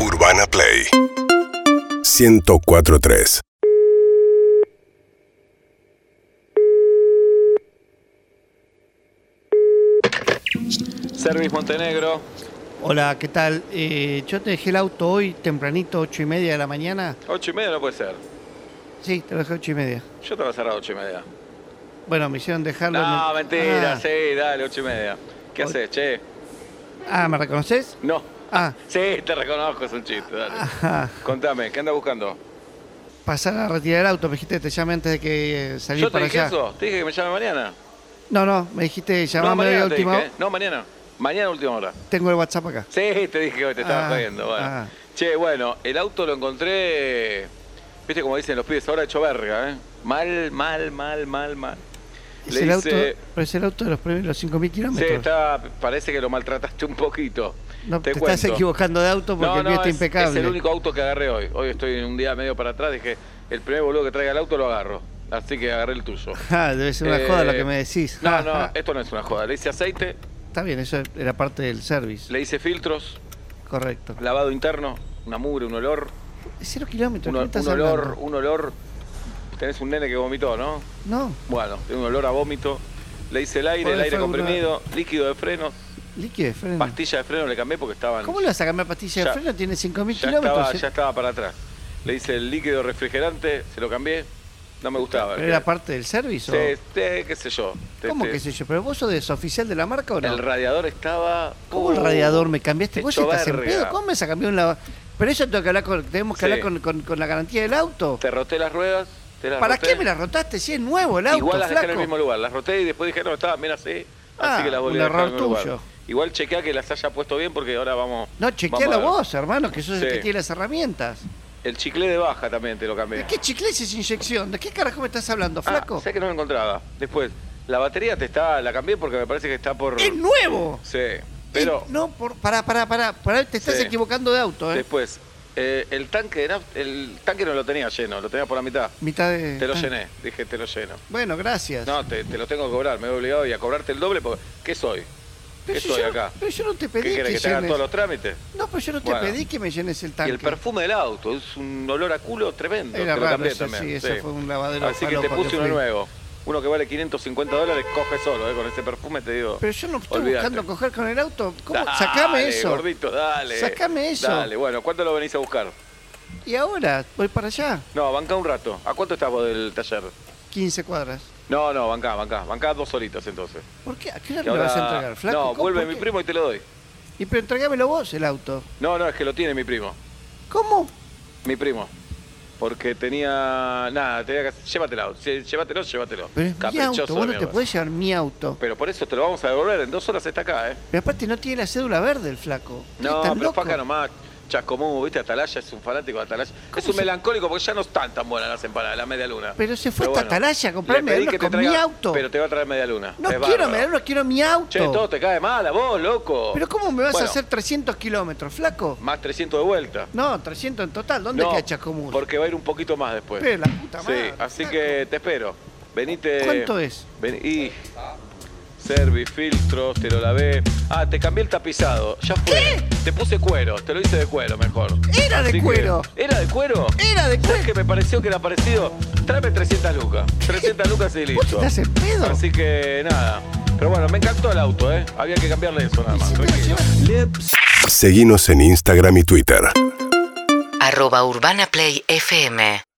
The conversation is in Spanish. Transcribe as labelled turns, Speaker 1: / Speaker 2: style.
Speaker 1: Urbana Play 1043.
Speaker 2: Servis Montenegro.
Speaker 3: Hola, ¿qué tal? Eh, yo te dejé el auto hoy tempranito, ocho y media de la mañana.
Speaker 2: Ocho y media no puede ser.
Speaker 3: Sí, te lo dejé ocho y media.
Speaker 2: Yo te voy a cerrar a ocho y media.
Speaker 3: Bueno, me hicieron dejarlo. en
Speaker 2: No,
Speaker 3: el-
Speaker 2: mentira,
Speaker 3: Ah,
Speaker 2: sí, dale, ocho y media. ¿Qué haces, che?
Speaker 3: Ah, ¿me reconoces?
Speaker 2: No.
Speaker 3: Ah,
Speaker 2: Sí, te reconozco, es un chiste, dale.
Speaker 3: ajá.
Speaker 2: Contame, ¿qué andas buscando?
Speaker 3: Pasar a retirar el auto, me dijiste, te llamé antes de que eh, salí
Speaker 2: ¿Yo te
Speaker 3: para
Speaker 2: dije
Speaker 3: allá.
Speaker 2: eso? ¿Te dije que me llame mañana?
Speaker 3: No, no, me dijiste, llamame hoy a
Speaker 2: mañana te
Speaker 3: última
Speaker 2: dije, ¿eh?
Speaker 3: hora.
Speaker 2: No, mañana. Mañana última hora.
Speaker 3: Tengo el WhatsApp acá.
Speaker 2: Sí, te dije que hoy te estaba
Speaker 3: Ah,
Speaker 2: jodiendo. Bueno.
Speaker 3: ah.
Speaker 2: Che, bueno, el auto lo encontré, viste como dicen los pibes, ahora hecho verga, ¿eh? Mal, mal, mal, mal, mal.
Speaker 3: Es
Speaker 2: Le
Speaker 3: el auto,
Speaker 2: hice-
Speaker 3: pero es el auto de los primeros 5.000
Speaker 2: Sí,
Speaker 3: kilómetros.
Speaker 2: está, parece que lo maltrataste un poquito.
Speaker 3: no, te
Speaker 2: cuento.
Speaker 3: estás equivocando de auto porque el mío está
Speaker 2: es,
Speaker 3: impecable.
Speaker 2: es el único auto que agarré hoy. Hoy estoy un día medio para atrás, dije, el primer boludo que traiga el auto lo agarro. Así que agarré el tuyo.
Speaker 3: Ah, debe ser una
Speaker 2: Eh,
Speaker 3: joda lo que me decís. Ah,
Speaker 2: No, eh- no, esto no es una joda. Le hice aceite,
Speaker 3: Está bien, eso era parte del service.
Speaker 2: le hice filtros,
Speaker 3: Correcto.
Speaker 2: lavado interno, una mugre, un olor,
Speaker 3: Cero kilómetros,
Speaker 2: un,
Speaker 3: ¿qué
Speaker 2: un
Speaker 3: estás
Speaker 2: olor,
Speaker 3: hablando?
Speaker 2: un olor. Tenés un nene que vomitó, ¿no?
Speaker 3: No,
Speaker 2: Bueno, tiene un olor a vómito. Le hice el aire,
Speaker 3: Pobre
Speaker 2: el aire
Speaker 3: fue una-
Speaker 2: comprimido, líquido de frenos,
Speaker 3: líquido de freno.
Speaker 2: pastilla de freno le cambié porque estaban.
Speaker 3: ¿Cómo le vas a cambiar
Speaker 2: Ya-
Speaker 3: pastilla de freno? Tiene 5.000
Speaker 2: Ya
Speaker 3: kilómetros.
Speaker 2: estaba,
Speaker 3: ¿eh?
Speaker 2: ya estaba para atrás. Le hice el líquido refrigerante, se lo cambié, no me gustaba.
Speaker 3: ¿Pero era parte del service?
Speaker 2: Te-
Speaker 3: o-
Speaker 2: te- qué sé yo. te-
Speaker 3: ¿Cómo
Speaker 2: te-
Speaker 3: qué sé yo? ¿Pero vos sos desoficial de la marca o no?
Speaker 2: El radiador estaba.
Speaker 3: ¿Cómo el
Speaker 2: uh,
Speaker 3: radiador me cambiaste?
Speaker 2: hecho
Speaker 3: ¿Vos estás en
Speaker 2: verga.
Speaker 3: pedo? ¿Cómo me has cambiado un lava- Pero eso tengo que hablar con, tenemos
Speaker 2: Sí.
Speaker 3: que hablar con, con- con la garantía del auto.
Speaker 2: Te roté las ruedas. te las
Speaker 3: ¿Para
Speaker 2: roté.
Speaker 3: qué me la rotaste si es nuevo el auto,
Speaker 2: Igual las dejé
Speaker 3: flaco?
Speaker 2: en el mismo lugar. Las roté y después dije, no, estaban bien así. así
Speaker 3: Ah,
Speaker 2: que las volví
Speaker 3: un
Speaker 2: a dejar en
Speaker 3: error
Speaker 2: el mismo
Speaker 3: tuyo.
Speaker 2: lugar. Igual chequea que las haya puesto bien porque ahora vamos.
Speaker 3: No, chequeala
Speaker 2: vamos a ver.
Speaker 3: vos, hermano, que sos el
Speaker 2: Sí.
Speaker 3: que tiene las herramientas.
Speaker 2: El chicle de baja también te lo cambié.
Speaker 3: ¿De qué chicles es inyección? ¿De qué carajo me estás
Speaker 2: Ah,
Speaker 3: hablando, Ah, flaco?
Speaker 2: sé que no lo encontraba. Después, la batería te está, la cambié porque me parece que está por.
Speaker 3: ¡Es nuevo!
Speaker 2: Sí. Pero.
Speaker 3: Y- no, por, pará, pará, pará, pará, te estás
Speaker 2: Sí.
Speaker 3: equivocando de auto, ¿eh?
Speaker 2: Después, eh, el tanque de nafta- el tanque no lo tenía lleno, lo tenía por la mitad.
Speaker 3: Mitad de...
Speaker 2: Te lo
Speaker 3: ah.
Speaker 2: llené, dije, te lo lleno.
Speaker 3: Bueno, gracias.
Speaker 2: No, te, te lo tengo que cobrar, me he obligado y a cobrarte el doble porque ¿qué soy?
Speaker 3: pero
Speaker 2: ¿Qué
Speaker 3: si
Speaker 2: soy
Speaker 3: yo, no-
Speaker 2: acá?
Speaker 3: Pero yo no te
Speaker 2: ¿Qué
Speaker 3: pedí que,
Speaker 2: querés, que te hagan
Speaker 3: llenes...
Speaker 2: todos los trámites?
Speaker 3: No, pero yo no te
Speaker 2: Bueno.
Speaker 3: pedí que me llenes el tanque.
Speaker 2: Y el perfume del auto, es un olor a culo tremendo.
Speaker 3: Era
Speaker 2: te lo
Speaker 3: raro
Speaker 2: cambié
Speaker 3: eso,
Speaker 2: también.
Speaker 3: sí, eso fue un lavadero
Speaker 2: Así que te
Speaker 3: falopa
Speaker 2: puse
Speaker 3: que
Speaker 2: uno
Speaker 3: fui.
Speaker 2: nuevo. Uno que vale 550 dólares, coge solo, eh, con ese perfume te digo.
Speaker 3: Pero yo no estoy
Speaker 2: olvidate.
Speaker 3: buscando coger con el auto. ¿Cómo?
Speaker 2: Dale,
Speaker 3: Sacame eso.
Speaker 2: Gordito, dale.
Speaker 3: Sacame eso.
Speaker 2: Dale, bueno, ¿cuánto lo venís a buscar?
Speaker 3: Y ahora voy para allá.
Speaker 2: No, banca un rato. ¿A cuánto estás vos del taller?
Speaker 3: 15 cuadras.
Speaker 2: No, no, bancá, bancá. Bancá dos horitas entonces.
Speaker 3: ¿Por qué? ¿A qué hora
Speaker 2: Que
Speaker 3: me vas a
Speaker 2: ahora-
Speaker 3: entregar, flaco?
Speaker 2: No,
Speaker 3: ¿Cómo?
Speaker 2: vuelve
Speaker 3: ¿Por
Speaker 2: mi
Speaker 3: qué?
Speaker 2: primo y te lo doy.
Speaker 3: Y pero entregámelo vos el auto.
Speaker 2: No, no, es que lo tiene mi primo.
Speaker 3: ¿Cómo?
Speaker 2: Mi primo. Porque tenía. Nada, tenía que. hacer- Llévatelo, sí, llévatelo, llévatelo.
Speaker 3: Pero es mi
Speaker 2: Caprichoso
Speaker 3: auto, vos
Speaker 2: de
Speaker 3: no te
Speaker 2: mierda.
Speaker 3: podés llevar mi auto.
Speaker 2: Pero por eso te lo vamos a devolver. En dos horas está acá, ¿eh?
Speaker 3: Pero aparte no tiene la cédula verde el flaco. ¿Qué,
Speaker 2: No,
Speaker 3: ¿Estás
Speaker 2: pero
Speaker 3: loco?
Speaker 2: acá nomás. Chascomú, ¿viste? Atalaya es un fanático de Atalaya. Es un
Speaker 3: se-
Speaker 2: melancólico porque ya no están tan buenas las empanadas, la media luna.
Speaker 3: Pero se fue hasta Atalaya a comprar
Speaker 2: comprarme
Speaker 3: medialunas con mi auto.
Speaker 2: Pero te va a traer media luna.
Speaker 3: No
Speaker 2: Es
Speaker 3: quiero
Speaker 2: bárbaro.
Speaker 3: me no quiero mi auto.
Speaker 2: Che, todo te cae mal a vos, loco.
Speaker 3: Pero ¿cómo me vas
Speaker 2: Bueno,
Speaker 3: a hacer 300 kilómetros, flaco?
Speaker 2: Más 300 de vuelta.
Speaker 3: No, 300 en total. ¿Dónde
Speaker 2: No,
Speaker 3: queda Chascomús?
Speaker 2: Porque va a ir un poquito más después.
Speaker 3: Pero la puta madre,
Speaker 2: Sí, así
Speaker 3: flaco.
Speaker 2: que te espero. Venite.
Speaker 3: ¿Cuánto es?
Speaker 2: Vení. y- Servi, filtros, te lo lavé. Ah, te cambié el tapizado. Ya fue.
Speaker 3: ¿Qué?
Speaker 2: Te puse cuero, te lo hice de cuero mejor.
Speaker 3: Era de
Speaker 2: que-
Speaker 3: cuero. Eh,
Speaker 2: ¿Era de cuero?
Speaker 3: Era de
Speaker 2: ¿Sabes
Speaker 3: cuero.
Speaker 2: que me pareció que era parecido? Tráeme 300 lucas. 300 lucas y
Speaker 3: ¿Vos
Speaker 2: listo.
Speaker 3: estás en pedo?
Speaker 2: Así que nada. Pero bueno, me encantó el auto, ¿eh? Había que cambiarle eso nada
Speaker 3: Y
Speaker 2: más.
Speaker 3: si te lo
Speaker 2: tranquilo.
Speaker 3: llevas-
Speaker 1: Seguinos en Instagram y Twitter.
Speaker 4: arroba Urbana Play FM